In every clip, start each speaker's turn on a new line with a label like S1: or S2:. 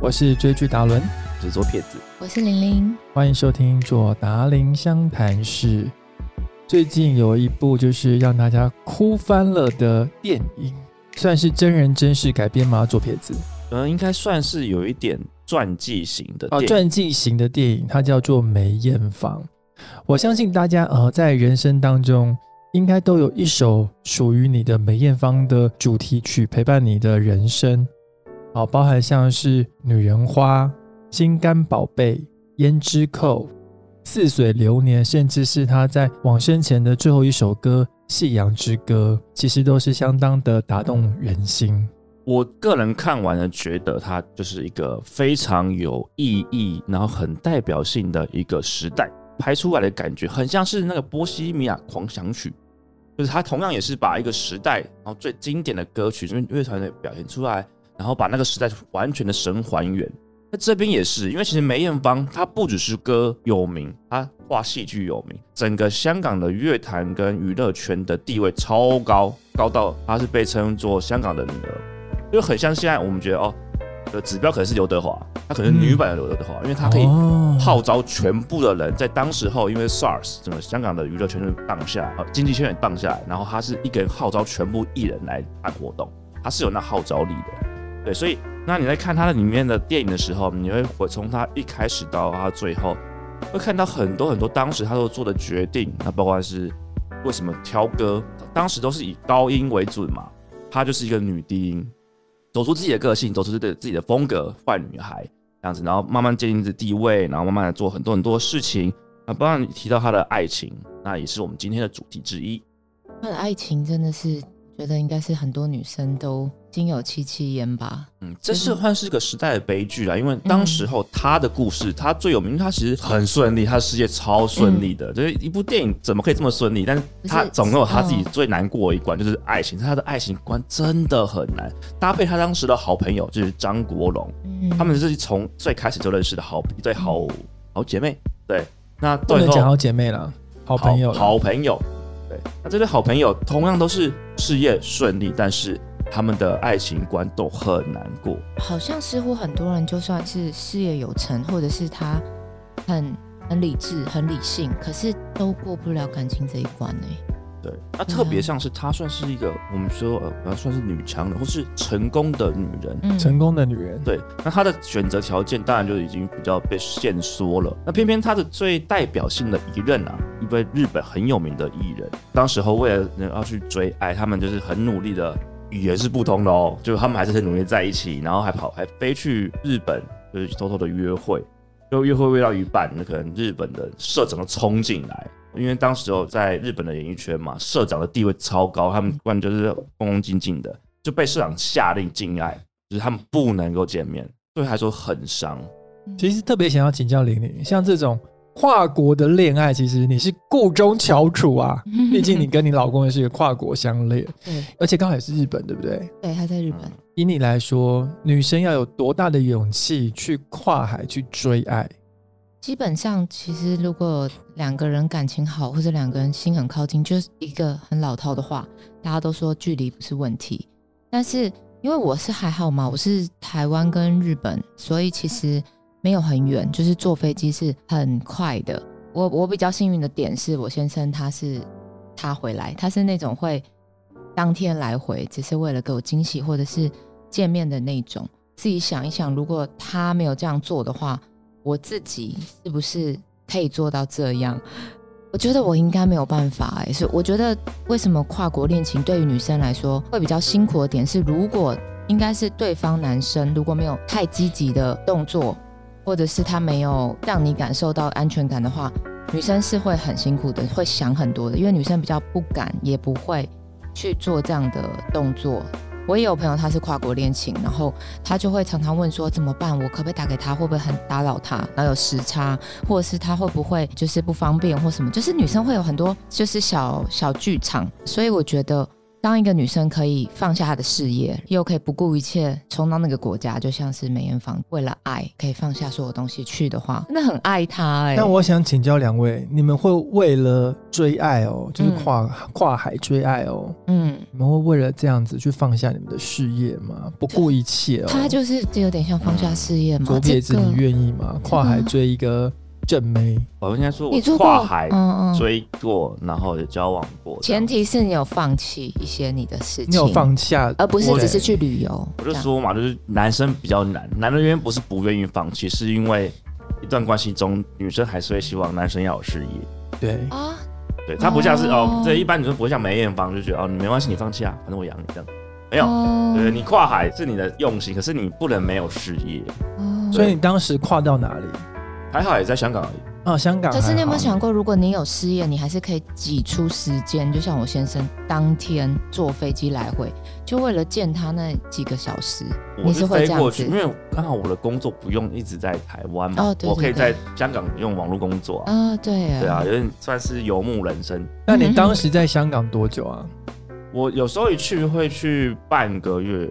S1: 我是追剧达伦，
S2: 只做骗子。
S3: 我是玲玲，
S1: 欢迎收听《左达林湘潭市》。最近有一部就是让大家哭翻了的电影，算是真人真事改编吗？左撇子
S2: 嗯，应该算是有一点传记型的
S1: 哦，
S2: 电影
S1: 传记型的电影，它叫做《梅艳芳》。我相信大家呃，在人生当中应该都有一首属于你的梅艳芳的主题曲陪伴你的人生，哦，包含像是《女人花》《心肝宝贝》《胭脂扣》《似水流年》，甚至是她在往生前的最后一首歌《夕阳之歌》，其实都是相当的打动人心。
S2: 我个人看完了，觉得它就是一个非常有意义，然后很代表性的一个时代拍出来的感觉，很像是那个《波西米亚狂想曲》，就是它同样也是把一个时代，然后最经典的歌曲，因为乐团的表现出来，然后把那个时代完全的神还原。那这边也是，因为其实梅艳芳她不只是歌有名，她画戏剧有名，整个香港的乐坛跟娱乐圈的地位超高，高到她是被称作香港的女儿。就很像现在我们觉得哦，呃，指标可能是刘德华，他可能是女版的刘德华，因为他可以
S1: 哦
S2: 号召全部的人，在当时候因为 SARS 整个香港的娱乐圈就荡下来，呃，经济圈也荡下来，然后他是一个人号召全部艺人来办活动，他是有那号召力的，对，所以那你在看他的里面的电影的时候，你会回从他一开始到他最后，会看到很多很多当时他所做的决定，那包括是为什么挑歌，当时都是以高音为准嘛，她就是一个女低音，走出自己的个性，走出对自己的风格，坏女孩这样子，然后慢慢建立自己的地位，然后慢慢的做很多很多事情。那包括你提到她的爱情，那也是我们今天的主题之一。
S3: 她的爱情真的是觉得应该是很多女生都心有戚戚焉吧。
S2: 嗯，这是算是个时代的悲剧啦，因为当时候她的故事，她最有名，因为她其实很顺利，她的事业超顺利的，就是一部电影怎么可以这么顺利？但是她
S3: 不是
S2: 总有她
S3: 嗯
S2: 自己最难过的一关，就是爱情，她的爱情观真的很难。搭配她当时的好朋友就是张国荣，
S3: 嗯，
S2: 他们是从最开始就认识的好一对好好姐妹，对，那
S1: 不
S2: 最
S1: 能
S2: 后
S1: 讲好姐妹啦，好朋友啦
S2: 好朋友，对，那这对好朋友同样都是事业顺利，但是他们的爱情观都很难过。
S3: 好像似乎很多人就算是事业有成，或者是他很很理智、很理性，可是都过不了感情这一关欸呢、
S2: 对，那特别像是她算是一个我们说呃，呃算是女强人或是成功的女人。
S3: 嗯，
S1: 成功的女人。
S2: 对，那她的选择条件当然就已经比较被限缩了。那偏偏她的最代表性的一任啊，一位日本很有名的艺人，当时候为了能要去追爱，他们就是很努力的，语言是不通的哦，就他们还是很努力在一起，然后还跑还飞去日本，就是偷偷的约会，就约会约到一半，那可能日本的社长就冲进来。因为当时候在日本的演艺圈嘛，社长的地位超高，他们关就是恭恭敬敬的，就被社长下令禁爱，就是他们不能够见面，对他来说很伤。
S1: 其实特别想要请教玲玲，像这种跨国的恋爱，其实你是故中翘楚 啊，毕竟你跟你老公也是一个跨国相恋，
S3: 对
S1: 而且刚好也是日本，对不对？
S3: 对，他在日本，
S2: 嗯
S1: 以你来说，女生要有多大的勇气去跨海去追爱？
S3: 基本上其实如果两个人感情好，或者两个人心很靠近，就是一个很老套的话，大家都说距离不是问题，但是因为我是还好嘛，我是台湾跟日本，所以其实没有很远，就是坐飞机是很快的。我我比较幸运的点是我先生他是他回来，他是那种会当天来回，只是为了给我惊喜或者是见面的那种。自己想一想，如果他没有这样做的话，我自己是不是可以做到这样？我觉得我应该没有办法哎、所以我觉得为什么跨国恋情对于女生来说会比较辛苦的点是，如果应该是对方男生如果没有太积极的动作，或者是他没有让你感受到安全感的话，女生是会很辛苦的，会想很多的，因为女生比较不敢，也不会去做这样的动作。我也有朋友他是跨国恋情，然后他就会常常问说怎么办，我可不可以打给他，会不会很打扰他，然后有时差，或者是他会不会就是不方便或什么，就是女生会有很多就是小小剧场，所以我觉得当一个女生可以放下她的事业，又可以不顾一切冲到那个国家，就像是梅艳芳为了爱可以放下所有东西去的话，真的很爱她哎、
S1: 但我想请教两位，你们会为了追爱哦，就是
S3: 嗯
S1: 跨、跨海追爱哦，
S3: 嗯，
S1: 你们会为了这样子去放下你们的事业吗？不顾一切哦。
S3: 她就是这有点像放下事业嘛。
S1: 左撇子，
S3: 这个嗯
S1: 你愿意吗？跨海追一个正妹，
S2: 我应该说
S3: 你
S2: 我
S3: 做过
S2: 跨海
S3: 嗯嗯，
S2: 追过，然后也交往过。这样
S3: 前提是你有放弃一些你的事情，
S1: 你有放下，
S3: 而不是
S1: 我
S3: 只是去旅游。
S2: 我就
S3: 这样
S2: 说嘛，就是男生比较难，男人原因不是不愿意放弃，是因为一段关系中，女生还是会希望男生要有事业。
S1: 对，
S3: 啊，
S2: 对他不像是哦
S3: 哦
S2: 对，一般女生不会像梅艳芳，就觉得哦，你没关系，你放弃啊，反正我养你这样。没
S3: 没
S2: 有，
S3: 哦、
S2: 对你跨海是你的用心，可是你不能没有事业。
S3: 哦
S1: 所以你当时跨到哪里？
S2: 还好也在香港而已，
S1: 啊，香港还
S3: 可
S1: 好。
S3: 是你有没有想过，如果你有失业，你还是可以挤出时间，就像我先生当天坐飞机来回，就为了见他那几个小时。
S2: 我
S3: 你是
S2: 是
S3: 会
S2: 飞
S3: 这样
S2: 过去，
S3: 子
S2: 因为刚好我的工作不用一直在台湾嘛，
S3: 哦对
S2: 我可以
S3: 对对
S2: 在香港用网络工作啊。
S3: 啊、对耶
S2: 对啊，，有点算是游牧人生。
S1: 那你当时在香港多久 啊？
S2: 我有时候一去会去半个月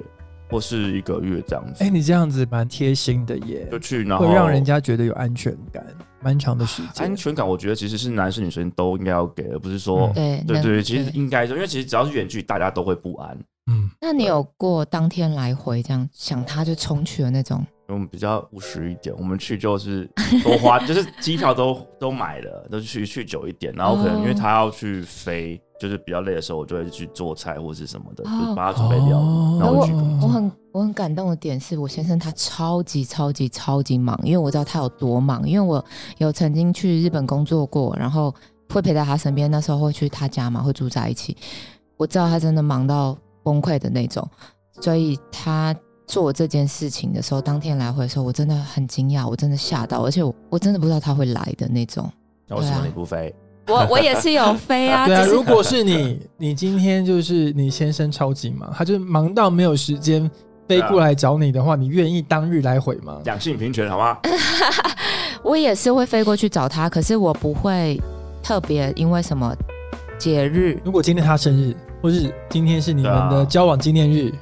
S2: 或是一个月这样子
S1: 哎、，你这样子蛮贴心的耶
S2: 就，去然后
S1: 会让人家觉得有安全感，蛮长的时间
S2: 安。全感，我觉得其实是男生女生都应该要给，而不是说
S1: 嗯。
S3: 对
S2: 对
S3: 那
S2: 对，其实应该说，因为其实只要是远距，大家都会不安。
S1: 嗯，
S3: 那你有过当天来回这样想他就冲去的那种？
S2: 我们比较务实一点，我们去就是 多花，就是机票都都买了，都去去久一点。然后可能因为
S3: 哦
S2: 他要去飞，就是比较累的时候，我就会去做菜或是什么的，就是
S3: 哦
S2: 帮他准备料理。然后
S3: 我
S2: 去
S3: 我很我很感动的点是我先生他超级超级超级忙，因为我知道他有多忙，因为我有曾经去日本工作过，然后会陪在他身边，那时候会去他家嘛，会住在一起。我知道他真的忙到崩溃的那种，所以他做这件事情的时候，当天来回的时候，我真的很惊讶，我真的吓到，而且我我真的不知道他会来的那种。
S2: 那为什么
S3: 对啊
S2: 你不飞？
S3: 我我也是有飞 啊，
S1: 对啊，
S3: 只是
S1: 如果是 你，你今天就是你先生超级忙，他就是忙到没有时间飞过来找你的话，你愿意当日来回吗？
S2: 两性平权好吗？
S3: 我也是会飞过去找他，可是我不会特别因为什么节日，
S1: 如果今天他生日，或是今天是你们
S2: 对啊
S1: 的交往纪念日，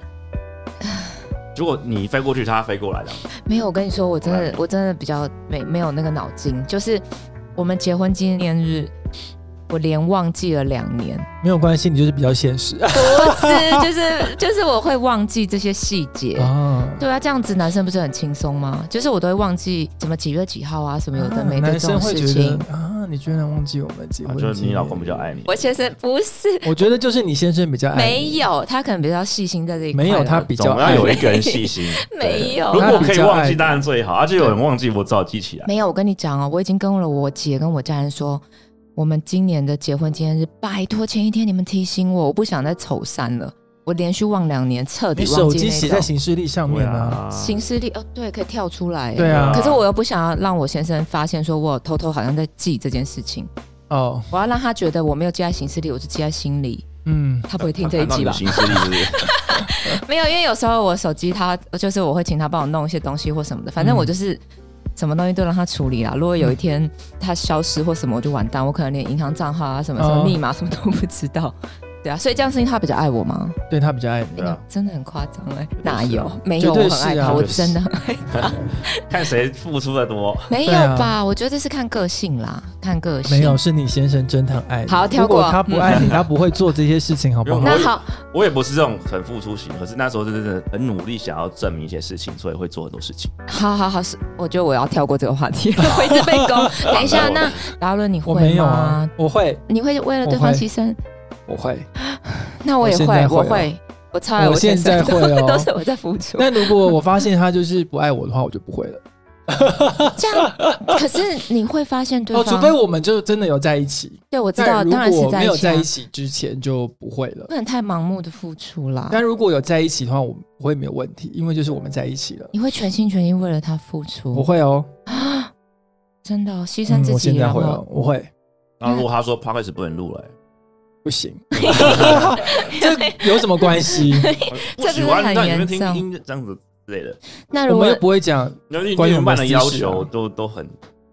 S2: 如果你飞过去，他飞过来 的，
S3: 没有。我跟你说，我真
S2: 不然
S3: 的
S2: 呢
S3: 我真的比较没没有那个脑筋，就是我们结婚纪念日，我连忘记了两 年，
S1: 没有关系，你就是比较现实
S3: 不是，就是就是我会忘记这些细节。
S1: 啊。
S3: 对啊，这样子男生不是很轻松吗？就是我都会忘记什么几月几号啊，什么有的没的
S1: 男
S3: 这
S1: 生
S3: 种
S1: 会
S3: 事
S1: 觉
S3: 情。
S1: 得啊，你居然忘记我们结
S2: 啊
S1: 婚、
S2: 就是你老公比较爱。你。
S3: 我先生不是
S1: 我觉得就是你先生比较爱
S3: 没
S1: 你，
S3: 有，他可能比较细心在这一块。。
S1: 哎没有他比较
S2: 总要
S1: 爱
S2: 有
S1: 你
S2: 一个人细心
S3: 没有啊
S2: 对如果可
S1: 他比
S2: 以
S1: 较
S2: 忘
S1: 爱
S2: 记，
S1: 你
S2: 当然最好。而且有人忘记，我只好记起来。
S3: 没有，我跟你讲哦，我已经跟了我姐跟我家人说，我们今年的结婚纪念日，拜托前一天你们提醒我，我不想再丑三了。我连续忘两年，彻
S1: 你
S3: 底忘
S1: 手
S3: 记
S1: 机写在
S3: 那种
S1: 行事历上面啊。
S3: 行事历哦，对，可以跳出来。
S1: 对啊
S3: 可是我又不想要让我先生发现，说我有偷偷好像在记这件事情。
S1: 哦，
S3: 我要让他觉得我没有记在行事历，我是记在心里。
S1: 嗯，
S3: 他不会听这一 集吧？
S2: 行事历是不是
S3: 没有，因为有时候我手机他就是我会请他帮我弄一些东西或什么的，反正
S1: 嗯
S3: 我就是。什么东西都让他处理啦。如果有一天他消失或什么，我就完蛋。我可能连银行账号啊、什么什
S1: 哦
S3: 么密码什么都不知道。 对啊，所以这样事情他比较爱我吗？
S1: 对他比较爱你。
S2: 对啊
S3: 真的很夸张哎，
S2: 对是啊
S3: 哪有？没有，
S1: 绝
S3: 我
S1: 对
S3: 很爱
S1: 是啊
S3: 他，我
S1: 绝对是
S3: 真的很爱 他。
S2: 看谁付出的多。
S3: 没有
S1: 对啊
S3: 吧？我觉得这是看个性啦，看个性。
S1: 没有，是你先生真的很爱你。
S3: 好跳过
S1: 如果他不爱你，他不会做这些事情，好不好？
S3: 那好，
S2: 我也不是这种很付出型，可是那时候真的很努力，想要证明一些事情，所以会做很多事情。
S1: 嗯
S3: 好好好，是我觉得我要跳过这个话题了，我一直被 攻。等一下，那达伦你
S1: 我
S3: 会
S1: 没有
S3: 吗
S1: 啊？，我会，
S3: 你会为了对方
S1: 我会
S3: 牺牲？
S1: 我会。
S3: 那我也
S1: 我现在会
S3: 会，我
S1: 哦
S3: 会，我超爱
S1: 我
S3: 先
S1: 现在
S3: 生
S1: 会哦
S3: 都是我在付出。
S1: 但如果我发现他就是不爱我的话，我就不会了。
S3: 这样，可是你会发现对
S1: 哦，
S3: 方，
S1: 除非我们就真的有在一起。
S3: 对我知道，
S1: 但如
S3: 当然是
S1: 果没有在
S3: 一
S1: 一
S3: 起
S1: 起之前就不会
S3: 啊，
S1: 了。
S3: 不能太盲目的付出啦。
S1: 但如果有在一起的话，我我会没有问题，因为就是我们在一起了。
S3: 你会全心全意为了他付
S1: 我
S3: 出，
S1: 会哦，
S3: 啊，真的哦牺牲
S1: 嗯，
S3: 自
S1: 我现
S3: 己，
S1: 在
S3: 然
S1: 会
S3: 后
S1: 哦，我会。
S2: 那如果他说 podcast 不能录 哎了、
S1: 不 行，这有什么关系？
S2: 不喜
S3: 这个
S2: 欢
S3: 很
S2: 让你们
S3: 严
S2: 听
S3: 重
S2: 音这样子之类的，
S3: 那
S1: 我
S3: 如果
S1: 们又不会讲，
S2: 然后你
S1: 关于我们
S2: 们办
S1: 的
S2: 的要
S1: 私事啊
S2: 求都都很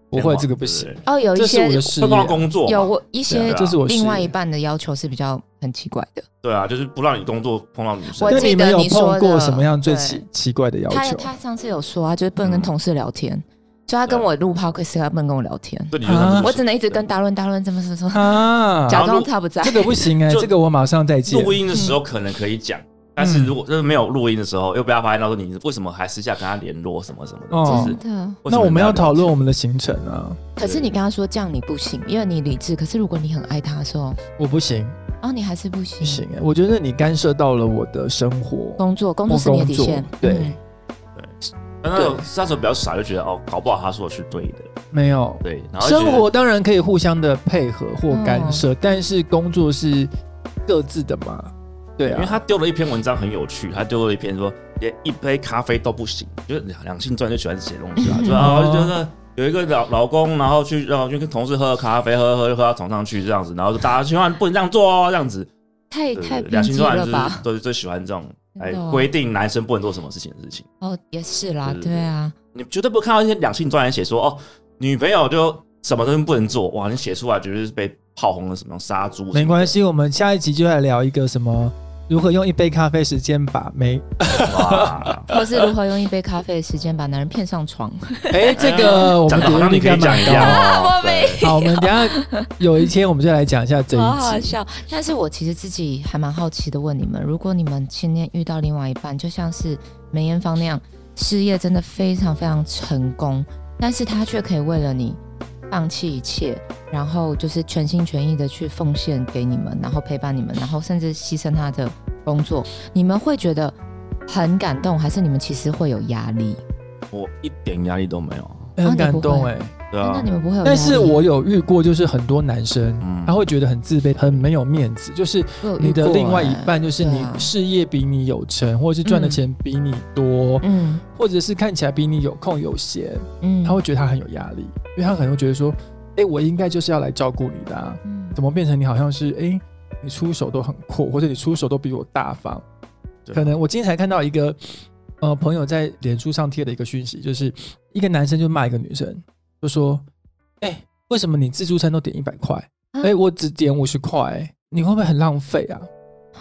S1: 不会这个不行，
S2: 对对啊
S3: 哦有
S1: 这
S3: 一
S1: 是我
S3: 些
S1: 的事
S2: 会
S1: 业啊
S2: 碰到，工作嘛，
S3: 有我一
S1: 对
S3: 些
S1: 这是我的事业
S3: 另外一半的要求是比较很奇怪的。
S2: 对啊，就是不让你工作碰到女生
S3: 我。
S1: 那
S3: 记
S1: 你
S3: 得
S1: 们有
S3: 你说
S1: 碰过
S3: 的
S1: 什么样最
S3: 对
S1: 奇奇怪的要
S3: 他
S1: 求？
S3: 他上次有说啊，就是不能
S2: 嗯
S3: 跟同事聊天，所以他跟我录 podcast，他不能跟我聊天，
S2: 对，你就很
S1: 啊
S3: 我只能一直跟大论大论这么说说，
S1: 啊，
S3: 假
S2: 然后
S3: 装
S2: 录
S3: 他不在
S1: 这。个不行哎、
S2: 就
S1: 这个我马上再见。
S2: 录音的时候可能可以讲，但
S1: 嗯
S2: 是如果就是没有录音的时候，又被他发现到说你为什么还私下跟他联络什么什么的，
S1: 哦
S2: 就是
S3: 真的，
S2: 为什
S1: 那
S2: 么
S1: 我们
S2: 你
S1: 要讨论
S2: 聊
S1: 我
S2: 天
S1: 们的行程啊，
S3: 可是你跟他说这样你不行，因为你理智。可是如果你很爱他的时候，
S1: 我不行，
S3: 然后你还是不行。
S1: 不行哎、我觉得你干涉到了我的生活。
S3: 工作工作是你的底线
S1: 工作，对
S3: 嗯
S2: 但那时候那时候比较傻，就觉得哦，搞不好他说的是对的，
S1: 没有，
S2: 对，然后就觉
S1: 生
S2: 得嗯
S1: 活当然可以互相的配合或干涉，但是工作是各自的嘛。对
S2: 因为
S1: 啊，
S2: 他丢了一篇文章很有趣，他丢了一篇说连一杯咖啡都不行，就是两性专就喜欢写东
S3: 嗯
S2: 西啊，就啊就就是有一个老老公，然后去然后就跟同事喝咖啡，喝喝喝到床上去这样子，然后就大家千万不能这样做哦，这样子，
S3: 太
S2: 对对
S3: 哎
S2: 对，
S3: 太偏
S2: 两性
S3: 激
S2: 专就
S3: 了
S2: 是
S3: 吧？
S2: 都是最喜欢这种哎
S3: 真的哦
S2: 规定男生不能做什么事情的事情。
S3: 哦，也是啦，
S2: 对对对
S3: 对啊，
S2: 你绝对不会看到一些两性专栏写说哦，女朋友就什么都不能做，哇，你写出来绝对是被炮轰了什么杀猪什么的，
S1: 没关系，我们下一集就来聊一个什么如何用一杯咖啡时间把 没
S2: 哇，
S3: 或是如何用一杯咖啡的时间把男人骗上床。
S1: 哎、这个我
S2: 讲
S1: 们
S2: 的好
S1: 点击率
S2: 像你可以
S1: 干
S2: 讲
S1: 蛮
S2: 一
S1: 高
S2: 样
S1: 的。
S2: 哦，
S3: 我没
S2: 对
S1: 好，我们等一下有一天我们就来讲一下这
S3: 好好
S1: 一集。
S3: 笑。但是我其实自己还蛮好奇的，问你们，如果你们今天遇到另外一半，就像是梅艳芳那样，事业真的非常非常成功，但是他却可以为了你放弃一切，然后就是全心全意的去奉献给你们，然后陪伴你们，然后甚至牺牲他的工作，你们会觉得很感动，还是你们其实会有压力？
S2: 我一点压力都没有，
S1: 很感动
S3: 啊
S1: 哎、
S2: 对
S3: 那
S2: 啊
S3: 你，们不会有压
S1: 但
S3: 力？
S1: 是我有遇过，就是很多男生，
S2: 嗯
S1: 他会觉得很自卑，很没有面子，就是
S3: 我有遇
S1: 你的
S3: 过
S1: 另外一
S3: 欸
S1: 半，就是
S3: 对
S1: 你
S3: 啊
S1: 事业比你有成，或者是赚的
S3: 嗯
S1: 钱比你多，
S3: 嗯
S1: 或者是看起来比你有空有闲，
S3: 嗯，
S1: 他会觉得他很有压力，因为他可能会觉得说，哎，我应该就是要来照顾你的、啊，
S3: 嗯
S1: 怎么变成你好像是哎，诶你出手都很阔，或者你出手都比我大方？
S2: 对啊
S1: 可能我今天才看到一个呃朋友在脸书上贴的一个讯息，就是一个男生就骂一个女生，就说，哎，为什么你自助餐都点一百块，
S3: 啊
S1: 哎，我只点五十块，你会不会很浪费啊？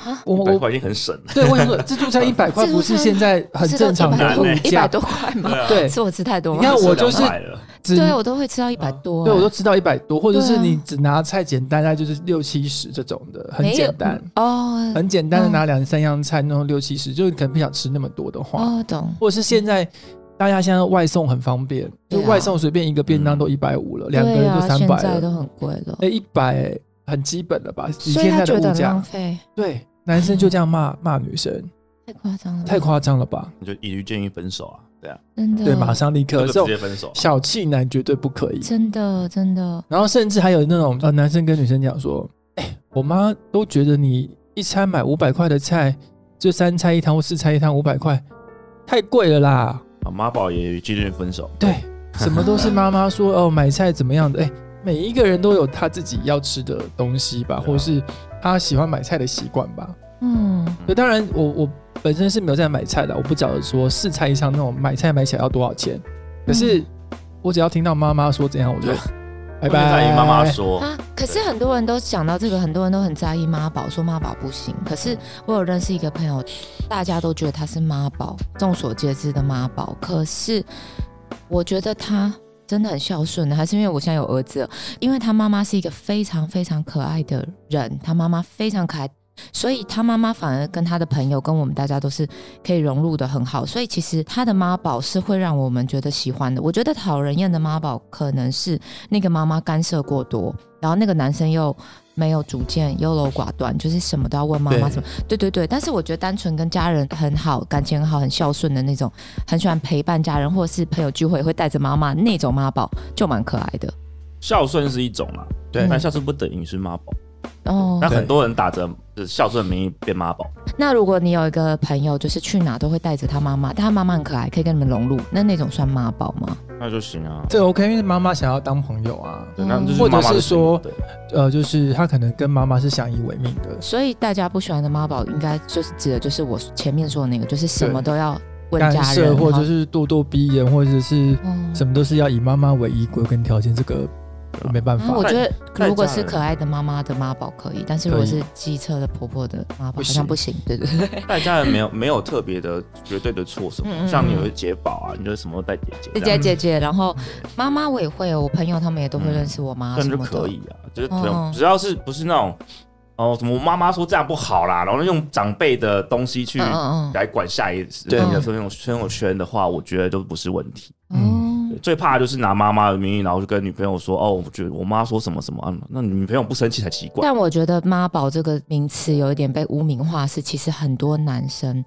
S3: 啊
S1: 我
S2: 百
S1: 我
S2: 块已经很省了，
S1: 对，我想说，自助餐一百块
S3: 自
S1: 不
S3: 助
S1: 是
S3: 餐
S1: 现在很正常
S2: 吃
S1: 的
S2: 到
S1: 物
S2: 100
S3: 一
S1: 价
S3: 百，多块吗？
S2: 啊
S1: 对
S3: 是我吃太多吗？
S1: 你看我就是
S2: 吃两百了
S1: 只
S3: 对我都会吃到一百多、
S1: 啊对我都
S3: 哎
S1: 吃到一百多，或者是
S3: 对啊
S1: 你只拿菜简单，大概就是六七十这种的，很
S3: 没有
S1: 简单，
S3: 哦
S1: 很简单的拿两三样菜弄六七十，就是可能不想吃那么多的话，
S3: 哦懂，
S1: 或者是现在。大家现在外送很方便，就
S3: 对啊
S1: 外送随便一个便
S3: 嗯
S1: 当都一百五了，两个
S3: 对
S1: 人就
S3: 啊，
S1: 三
S3: 现
S1: 百
S3: 在
S1: 了
S3: 都。很贵了，
S1: 哎，一百很基本了吧？以
S3: 所以
S1: 现在
S3: 他
S1: 的
S3: 觉得
S1: 物
S3: 很
S1: 价，
S3: 浪费，
S1: 对男生就这样骂骂女生，
S3: 太夸张了吧，
S1: 太夸张了吧？
S2: 你就一律建议分手啊，对啊，
S3: 真的，
S1: 对，马上立刻
S2: 就
S1: 这
S2: 是
S1: 种
S2: 直接分手啊，
S1: 小气男绝对不可以。
S3: 嗯真的真的，
S1: 然后甚至还有那种呃，男生跟女生讲说：“哎、我妈都觉得你一餐买五百块的菜，就三菜一汤或四菜一汤五百块，太贵了啦。
S2: 啊妈宝也建议分手，”啊
S1: 对，什么都是妈妈 说哦，买菜怎么样的？哎、每一个人都有他自己要吃的东西吧，
S2: 对啊
S1: 或是他喜欢买菜的习惯吧。
S3: 嗯，
S1: 那当然我，我本身是没有在买菜的，我不晓得说四菜一汤那种买菜买起来要多少钱。
S2: 嗯
S1: 可是我只要听到妈妈说怎样， 我就拜
S2: 对在
S1: 拜。
S2: 意妈妈说，
S3: 啊，可是很多人都讲到这个，很多人都很在意妈宝，说妈宝不行。可是我有认识一个朋友，大家都觉得他是妈宝，众所皆知的妈宝。可是我觉得他真的很孝顺的，还是因为我现在有儿子了，因为他妈妈是一个非常非常可爱的人，他妈妈非常可爱。所以他妈妈反而跟他的朋友跟我们大家都是可以融入的很好，所以其实他的妈宝是会让我们觉得喜欢的。我觉得讨人厌的妈宝可能是那个妈妈干涉过多，然后那个男生又没有主见，优柔寡断，就是什么都要问妈妈
S1: 对
S3: 什么。对对对，但是我觉得单纯跟家人很好，感情很好，很孝顺的那种，很喜欢陪伴家人，或者是朋友聚会会带着妈妈那种妈宝，就蛮可爱的。
S2: 孝顺是一种啦，
S1: 对
S2: 但孝顺不等于是妈宝，
S3: 哦
S2: 那，
S1: 对
S2: 很多人打着就是孝顺的名义变妈宝，
S3: 那如果你有一个朋友，就是去哪都会带着他妈妈，但他妈妈很可爱，可以跟你们融入，那那种算妈宝吗？
S2: 那就行啊，
S1: 这 OK，因为妈妈想要当朋友啊。
S2: 对，那就是
S1: 或者
S2: 妈妈的
S1: 是说
S2: 行为对
S1: 呃，就是他可能跟妈妈是相依为命的，
S3: 所以大家不喜欢的妈宝，应该就是指的就是我前面说的那个，就是什么
S1: 对
S3: 都要问
S1: 干
S3: 家
S1: 涉
S3: 人，
S1: 或者
S3: 然后
S1: 是咄咄逼人，或者是
S3: 嗯
S1: 什么都是要以妈妈为依归跟条件，这个我没办
S3: 然
S1: 法
S3: 后嗯我。觉
S2: 太
S3: 得，如果
S2: 太
S3: 是
S2: 炸了
S3: 可爱的妈妈的妈宝可以，但是如果是机车的婆婆的妈宝
S1: 不
S3: 好
S1: 行
S3: 像不行，对对 对，
S2: 带家人没有没有特别的绝对的错什
S3: 嗯嗯
S2: 么，
S3: 嗯
S2: 像有的姐宝啊，你就什么都带姐姐这
S3: 姐
S2: 样，
S3: 姐姐姐，然后妈妈我也会哦，我朋友他们也
S1: 嗯
S3: 都会认识我妈
S2: 这
S3: 什
S2: 样就
S3: 么
S2: 可
S3: 的，
S2: 以啊，就是
S3: 嗯
S2: 只要
S3: 嗯
S2: 只要是不是那种哦，怎么我妈妈说这样不好啦，然后用长辈的东西去
S3: 嗯嗯
S2: 来管下一次嗯
S1: 对
S2: 你的朋友朋友圈的话，我觉得都不是问题。
S3: 嗯，
S2: 对
S3: 哦，
S2: 最怕的就是拿妈妈的名义，然后就跟女朋友说：“哦，我觉得我妈说什么什么啊，那你女朋友不生气才奇怪。
S3: 但我觉得妈宝这个名词有一点被污名化，是其实很多男生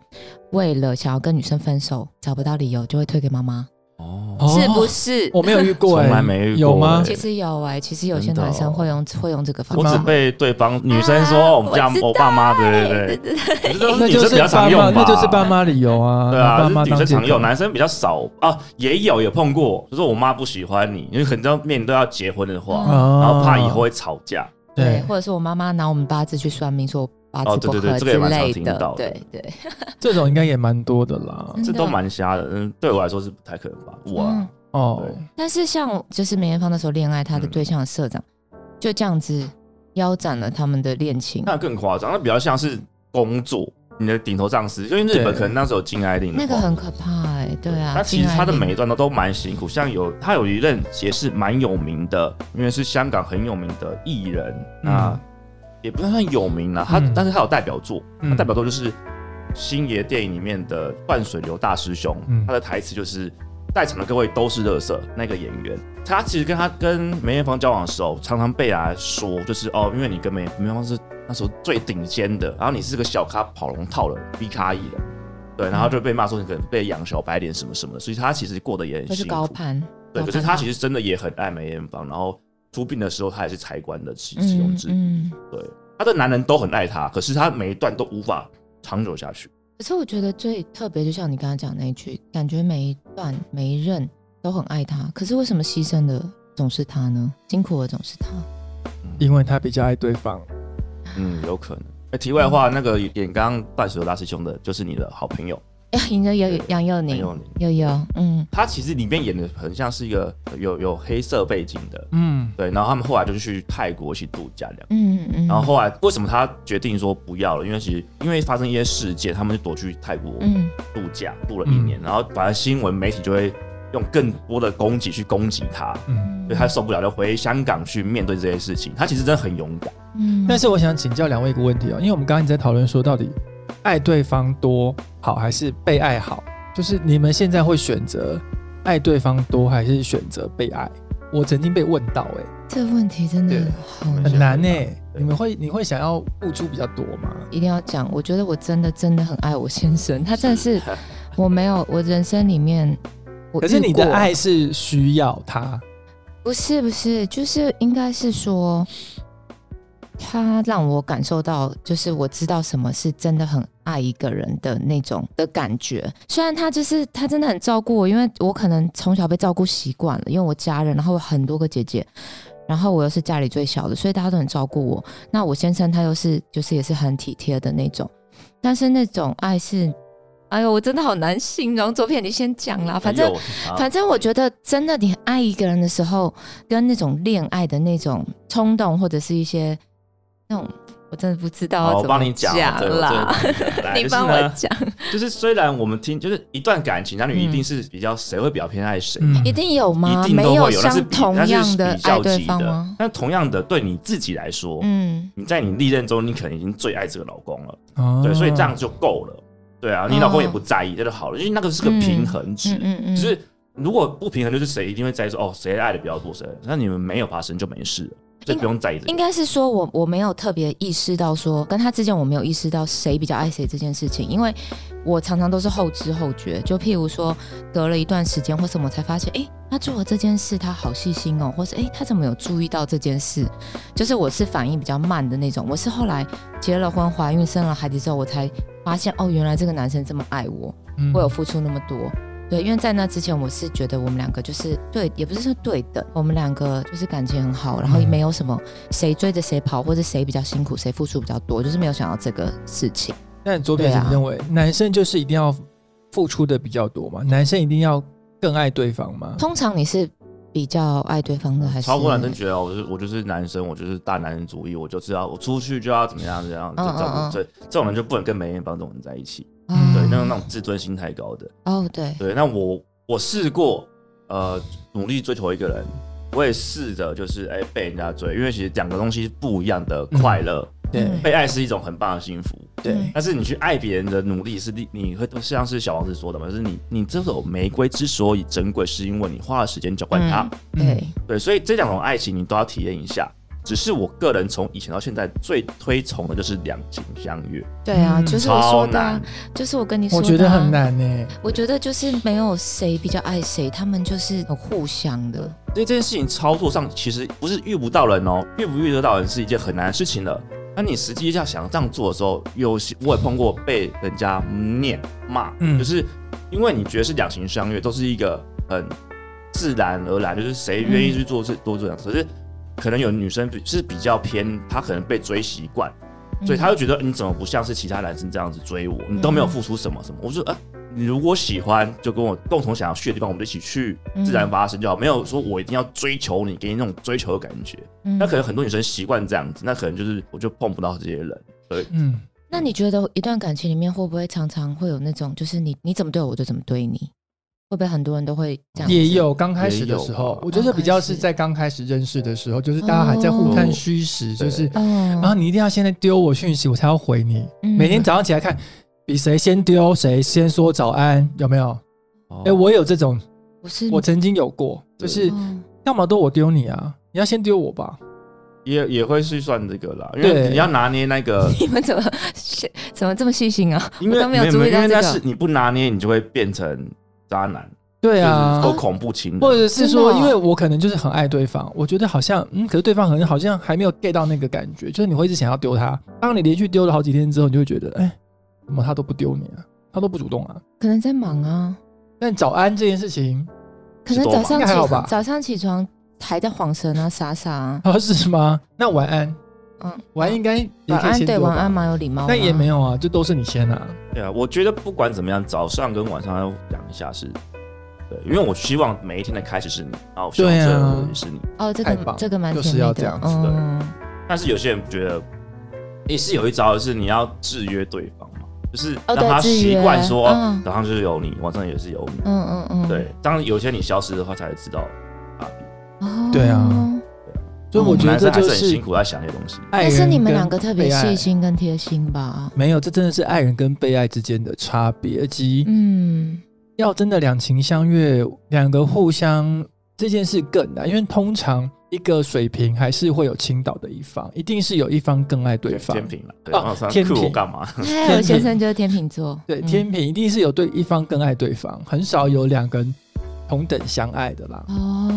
S3: 为了想要跟女生分手，找不到理由就会推给妈妈，”
S2: 哦，
S1: 哦
S3: 是不是？
S1: 我没有遇过、欸，
S2: 从来没遇过
S1: 有吗
S2: 欸？
S3: 其实有哎，其实有些
S2: 真的哦
S3: 男生会用会用这个方
S2: 我只
S3: 法。
S2: 被对方女生说：“
S3: 啊
S2: 哦，我们家
S3: 我知道哎
S2: 我爸妈，对对对。”
S3: 对对
S2: 可是这都是
S1: 那
S2: 女
S1: 就
S2: 生比
S1: 是
S2: 较常
S1: 爸
S2: 用
S1: 妈，
S2: 吧？
S1: 那就是爸妈理由啊，
S2: 对
S1: 拿
S2: 啊，
S1: 爸
S2: 就
S1: 妈
S2: 是女
S1: 当
S2: 生
S1: 借
S2: 常
S1: 口
S2: 用，。男生比较少啊，也有有碰过，就是我妈不喜欢你，因为可能要面对要结婚的话，
S1: 哦
S2: 然后怕以后会吵架。
S3: 对
S1: 对，，
S3: 或者是我妈妈拿我们八字去算命，说我八
S2: 哦
S3: 字
S2: 对
S3: 不
S2: 对对
S3: 合之类的，
S2: 这个也蛮常听到的
S3: 对对，
S1: 这种应该也蛮多的啦。
S3: 嗯
S2: 这都蛮瞎的，嗯，对我来说是不太可能吧？我啊、
S3: 嗯
S1: 哦，
S2: 对
S3: 但是像就是梅艳芳那时候恋爱，她的
S2: 嗯
S3: 对象的社长、就这样子腰斩了他们的恋情。
S2: 那更夸张，那比较像是工作，你的顶头上司，因为日
S1: 对
S2: 本可能那时候有禁爱令的话
S3: 那个很可怕哎、对啊。
S2: 那其实他的
S3: 金爱
S2: 每
S3: 玲
S2: 一段都都蛮辛苦，像有他有一任也是蛮有名的，因为是香港很有名的艺人，那、
S1: 嗯
S2: 也不算算有名啦，他、
S1: 嗯
S2: 但是他有代表作，
S1: 嗯
S2: 他代表作就是星爷电影里面的灌水流大师兄，
S1: 嗯
S2: 他的台词就是在场的各位都是乐色那个演员。他其实跟他跟梅艳芳交往的时候，常常被人家说，就是哦，因为你跟梅梅艳芳是那时候最顶尖的，然后你是个小咖跑龙套了，B 咖艺了，对，然后就被骂说你可能被养小白脸什么什么的，所以他其实过得也很
S3: 都是
S2: 辛
S3: 高
S2: 苦。
S3: 攀，
S2: 对，
S3: 高攀啊
S2: 可是他其
S3: 实
S2: 实真的也很爱梅艳芳，然后出殡的时候他也是财官的其其中之一。
S3: 嗯。嗯
S2: 对，他的男人都很爱他，可是他每一段都无法长久下去。
S3: 可是我觉得最特别，就像你刚刚讲那一句，感觉每一段每一任都很爱他，可是为什么牺牲的总是他呢？辛苦的总是他。
S1: 因为他比较爱对方。
S2: 嗯，有可能。哎、题外话，那个演刚刚伴随大师兄的，就是你的好朋友
S3: 哎，赢了有杨佑宁，
S2: 杨佑宁
S3: 有有，嗯，
S2: 他其实里面演的很像是一个有有黑色背景的，
S1: 嗯，
S2: 对。然后他们后来就去泰国去度假这样。
S3: 嗯嗯，
S2: 然后后来为什么他决定说不要了？因为其实因为发生一些事件，他们就躲去泰国
S3: 嗯
S2: 度假度了一年，然后反而新闻媒体就会用更多的攻击去攻击他，
S1: 嗯
S2: 所以他受不了，就回香港去面对这些事情。他其实真的很勇敢，
S3: 嗯
S1: 但是我想请教两位一个问题哦，因为我们刚刚一直在讨论说，到底爱对方多好还是被爱好？就是你们现在会选择爱对方多，还是选择被爱？我曾经被问到、欸，
S3: 这问题真的
S1: 对
S3: 好
S1: 很
S3: 难，
S1: 难呢、欸
S2: 对
S1: 你们会你会想要付出比较多吗？
S3: 一定要讲。我觉得我真的真的很爱我先生，他真的是啊我没有我人生里面我
S1: 可是
S3: 遇
S1: 你的
S3: 过
S1: 爱是需要他，
S3: 不是不是，就是应该是说，他让我感受到，就是我知道什么是真的很爱一个人的那种的感觉。虽然他就是他真的很照顾我，因为我可能从小被照顾习惯了，因为我家人，然后有很多个姐姐。然后我又是家里最小的，所以大家都很照顾我。那我先生他又是就是也是很体贴的那种，但是那种爱是，哎呦，我真的好难形容。左片你先讲啦，反正
S2: 很有啊
S3: 反正我觉得，真的你爱一个人的时候，跟那种恋爱的那种冲动，或者是一些那种，我真的不知道
S2: 好，
S3: 要
S2: 我
S3: 哦怎么
S2: 帮你讲这个
S3: 啦。
S2: 我真的帮你讲来
S3: 你
S2: 就
S3: 帮
S2: 是
S3: 我
S2: 呢
S3: 讲，
S2: 就是虽然我们听，就是一段感情，男女一定是比较谁会比较偏爱谁嘛，
S1: 嗯
S3: 一定有吗？
S2: 一定
S3: 没
S2: 都会有，但是
S3: 像
S2: 比
S3: 同
S2: 但
S3: 样的
S2: 是比
S3: 爱
S2: 较
S3: 对
S2: 级
S3: 方
S2: 的
S3: 吗？？
S2: 但同样的，对你自己来说，
S3: 嗯，
S2: 你在你历任中，你可能已经最爱这个老公了，
S1: 哦
S2: 对，所以这样就够了，对啊，你老公也不在意，这就好了，因为那个是个平衡值，
S3: 哦嗯嗯嗯，
S2: 只是如果不平衡，就是谁一定会在意说，哦，谁爱的比较多，谁爱的，那你们没有发生就没事了，所以不用在意这
S3: 应
S2: 个。
S3: 该是说我我没有特别意识到说跟他之间我没有意识到谁比较爱谁这件事情，因为我常常都是后知后觉，就譬如说隔了一段时间或什么我才发现，诶，他做了这件事，他好细心哦，或是诶，他怎么有注意到这件事？就是我是反应比较慢的那种，我是后来结了婚、怀孕、生了孩子之后，我才发现哦，原来这个男生这么爱我。
S1: 嗯
S3: 我有付出那么多。对，因为在那之前，我是觉得我们两个就是对，也不是说对等，我们两个就是感情很好，然后也
S2: 嗯
S3: 没有什么谁追着谁跑，或者谁比较辛苦，谁付出比较多，就是没有想到这个事情。
S1: 但左撇子
S3: 对啊
S1: 你认为、男生就是一定要付出的比较多吗？男生一定要更爱对方吗？
S3: 通常你是比较爱对方的，还是
S2: 超过男生觉得我就是我就是男生，我就是大男人主义，我就是要我出去就要怎么样怎么样，就
S3: 嗯
S2: 这样
S3: 嗯嗯
S2: 对这种人就不能跟梅艳芳这种人在一起，
S3: 嗯
S2: 对，那种那种自尊心太高的，
S3: 哦，对，
S2: 对，那我我试过，呃，努力追求一个人，我也试着就是哎、被人家追，因为其实两个东西不一样的快乐，
S1: 对
S3: 嗯
S2: 被爱是一种很棒的幸福，
S1: 对
S3: 嗯
S2: 但是你去爱别人的努力是你你会像是小王子说的嘛，就是你你这首玫瑰之所以珍贵，是因为你花了时间浇灌它，
S3: 嗯对，
S2: 对，所以这两种爱情你都要体验一下。只是我个人从以前到现在最推崇的就是两情相悦，
S3: 对啊，
S1: 嗯
S3: 就是我
S2: 超
S3: 说的啊
S2: 难，。
S3: 就是我跟你说
S1: 我
S3: 的，啊
S1: 觉得很。难欸呢。
S3: 我觉得就是没有谁比较爱谁，他们就是很互相的。
S2: 所以这件事情操作上其实不是遇不到人哦，遇不遇得到人是一件很难的事情了。那你实际上想这样做的时候，有些我也碰过被人家念骂，
S1: 嗯
S2: 就是因为你觉得是两情相悦，都是一个很自然而然，就是谁愿意去做这多做这样，可是可能有女生比是比较偏，她可能被追习惯，所以他就觉得你怎么不像是其他男生这样子追我，你都没有付出什么什么。我就说，啊，你如果喜欢，就跟我共同想要去的地方，我们就一起去，
S3: 嗯
S2: 自然发生就好，没有说我一定要追求你，给你那种追求的感觉。
S3: 嗯
S2: 那可能很多女生习惯这样子，那可能就是我就碰不到这些人。
S1: 嗯，
S3: 那你觉得一段感情里面会不会常常会有那种，就是你你怎么对我，我就怎么对你？会不会很多人都会这样子？
S1: 也有刚开始的时
S2: 也有
S1: 候
S2: 吧，
S1: 我觉得比较是在刚开始认识的时候，就是大家还在互看虚实，就是然后
S3: 哦，
S1: 你一定要现在丢我讯息，我才要回你。
S3: 嗯
S1: 每天早上起来看，比谁先丢，谁先说早安，有没有？
S3: 哦
S2: 哎
S1: 哎，我有这种，
S3: 我是
S1: 我曾经有过，就是
S3: 哦，
S1: 要么都我丢你啊，你要先丢我吧。
S2: 也也会去算这个啦，因
S1: 对
S2: 为你要拿捏那个
S3: 你们怎么是怎么这么细心啊？
S2: 因为
S3: 我都没有注意
S2: 因
S3: 到
S2: 为
S3: 这
S2: 那
S3: 个
S2: 是你不拿捏，你就会变成渣男，
S1: 对
S2: 就
S1: 啊
S2: 是，都恐怖情人。
S1: 或者是
S3: 真
S1: 说，
S3: 的哦
S1: 因为我可能就是很爱对方，我觉得好像，嗯，可是对方可能好像还没有 get 到那个感觉，就是你会一直想要丢他。当你连续丢了好几天之后，你就会觉得，哎，怎么他都不丢你啊，他都不主动啊。
S3: 可能在忙啊，
S1: 但早安这件事情，
S3: 可能
S2: 多
S3: 早
S2: 忙
S3: 上
S1: 应该
S3: 起
S1: 还好吧
S3: 早上起床还在晃神啊，傻傻 啊。
S1: 啊是吗？那晚安，
S3: 嗯，
S1: 晚安应该也可以
S3: 晚安
S1: 先
S3: 对
S1: 丢吧
S3: 晚安，蛮有礼貌的啊。
S1: 但也没有啊，就都是你先啊。
S2: 对啊，我觉得不管怎么样，早上跟晚上要讲一下是，对，因为我希望每一天的开始是你，然后我希望
S1: 对啊
S2: 最后也是你。
S3: 哦，这
S1: 太
S3: 个
S1: 棒
S3: 这个蛮
S1: 就
S3: 甜
S1: 是
S3: 蜜
S1: 要
S3: 的，
S1: 这样子
S2: 对
S3: 嗯
S2: 但是有些人觉得，也是有一招是你要制约对方嘛，就是
S3: 哦
S2: 让
S3: 对
S2: 他
S3: 制
S2: 习
S3: 约
S2: 惯说、
S3: 嗯
S2: 早上就是有你，晚上也是有你。
S3: 嗯嗯嗯，
S2: 对，当有些你消失的话，才会知道差别。
S3: 哦，
S1: 对啊所以我觉得
S2: 男生
S1: 这
S2: 嗯还
S1: 就是
S2: 很辛
S1: 是
S2: 苦在想这些东西。
S1: 爱
S3: 但
S1: 人，
S3: 是你们两个特别细。心跟贴心吧？
S1: 没有，这真的是爱人跟被爱之间的差别，及
S3: 嗯，
S1: 要真的两情相悦，两个互相这件事更难，因为通常一个水平还是会有倾倒的一方，一定是有一方更爱对方。
S2: 天平了，对，
S1: 哦嗯
S2: 晚 上
S1: 天
S2: 酷我
S1: 平
S2: 干嘛？
S3: 哎，我先生就是天秤座，
S1: 对，
S3: 嗯
S1: 天平一定是有对一方更爱对方，很少有两个人同等相爱的啦。
S3: 哦，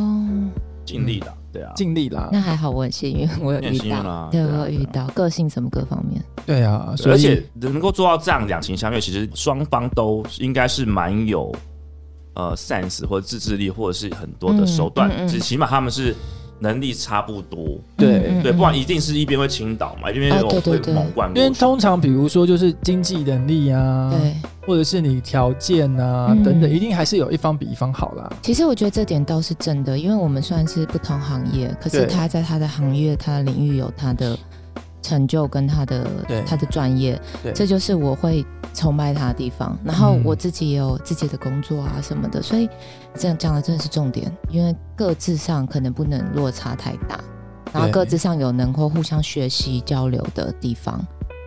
S2: 尽力的，对啊，
S1: 尽力啦，
S3: 那还好，我很幸运，我有
S2: 你很
S3: 遇
S2: 幸运
S3: 到，
S2: 啊，
S3: 对
S2: 啊
S3: 我有遇。
S2: 啊
S3: 到个性什么各方面，
S1: 对啊，
S2: 对
S1: 所以
S2: 而且能够做到这样两情相悦，其实双方都应该是蛮有呃 sense 或者自制力，或者是很多的手段，
S3: 嗯嗯嗯
S2: 只起码他们是能力差不多，
S1: 对
S3: 嗯嗯
S2: 对，
S3: 嗯
S2: 不然一定是一边会倾倒嘛，一边
S3: 哦对对
S2: 会
S3: 对
S2: 猛灌
S1: 因为
S2: 过去。
S1: 通常比如说就是经济能力啊，
S3: 对，
S1: 或者是你条件啊、
S3: 嗯
S1: 等等，一定还是有一方比一方好啦。
S3: 其实我觉得这点倒是真的，因为我们虽然是不同行业，可是
S1: 对
S3: 他在他的行业、他的领域有他的成就跟他的
S1: 对
S3: 他的专业
S1: 对，
S3: 这就是我会崇拜他的地方。然后
S1: 嗯
S3: 我自己也有自己的工作啊什么的，所以这样讲的真的是重点，因为各自上可能不能落差太大，然后
S1: 对
S3: 各自上有能够互相学习交流的地方，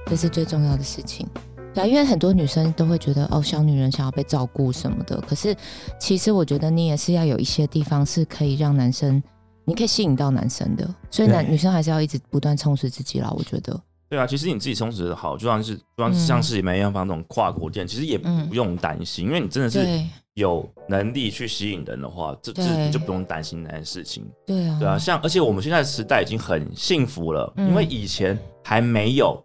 S3: 这是最重要的事情。对啊，因为很多女生都会觉得哦，小女人想要被照顾什么的。可是其实我觉得你也是要有一些地方是可以让男生，你可以吸引到男生的。所以男
S1: 对
S3: 女生还是要一直不断充实自己啦。我觉得，
S2: 对啊，其实你自己充实的好，就像是就像是
S3: 嗯
S2: 像是梅艳芳这种跨国店，其实也
S3: 嗯
S2: 不用担心，因为你真的是
S3: 对
S2: 有能力去吸引人的话，这这
S3: 对
S2: 你就不用担心那件事情。
S3: 对啊，
S2: 对啊，像而且我们现在的时代已经很幸福了，
S3: 嗯
S2: 因为以前还没有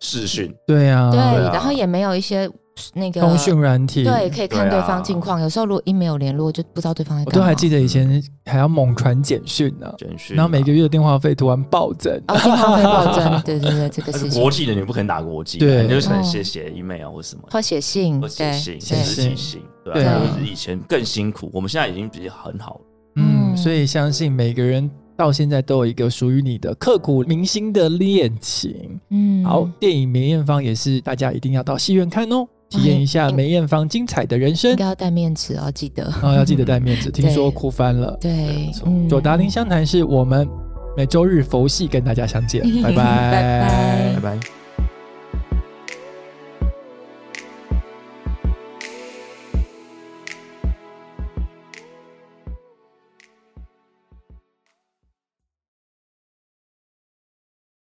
S2: 视讯，
S1: 对啊，
S3: 对，
S2: 对啊
S3: 然后也没有一些那个
S1: 通讯软体，
S3: 对，可以看
S2: 对
S3: 对
S2: 啊
S3: 方近况。有时候如果一没有联络，就不知道对方在
S1: 我
S3: 干嘛。
S1: 都还记得以前还要猛传简讯呢、
S2: 简讯啊，
S1: 然后每个月的电话费突然暴增。
S3: 哦，电话费暴增，对对对，这
S2: 啊
S3: 个
S2: 但
S3: 事
S2: 是
S3: 情
S2: 国际的你不可能打国际，
S1: 对
S2: 你就可能写
S3: 哦
S2: 写 email 或什么，
S3: 或写信，
S2: 或写
S3: 对
S2: 信、
S3: 对
S2: 写
S1: 信
S2: 日记信，对
S1: 对
S2: 啊
S1: 啊，
S2: 就是以前更辛苦，我们现在已经比较很好了。
S1: 嗯，所以相信每个人到现在都有一个属于你的刻骨铭心的恋情。
S3: 嗯，
S1: 好，电影《梅艳芳》也是大家一定要到戏院看哦，体验一下梅艳芳精彩的人
S3: 应
S1: 生。
S3: 该要带面纸哦，记得。
S1: 啊、要记得带面子，听说
S3: 对
S1: 哭翻了。
S3: 对
S2: 没，错
S3: 嗯
S1: 九达林湘潭是我们每周日佛系跟大家相见，拜拜，
S3: 嗯
S2: 拜
S3: 拜拜
S2: 拜。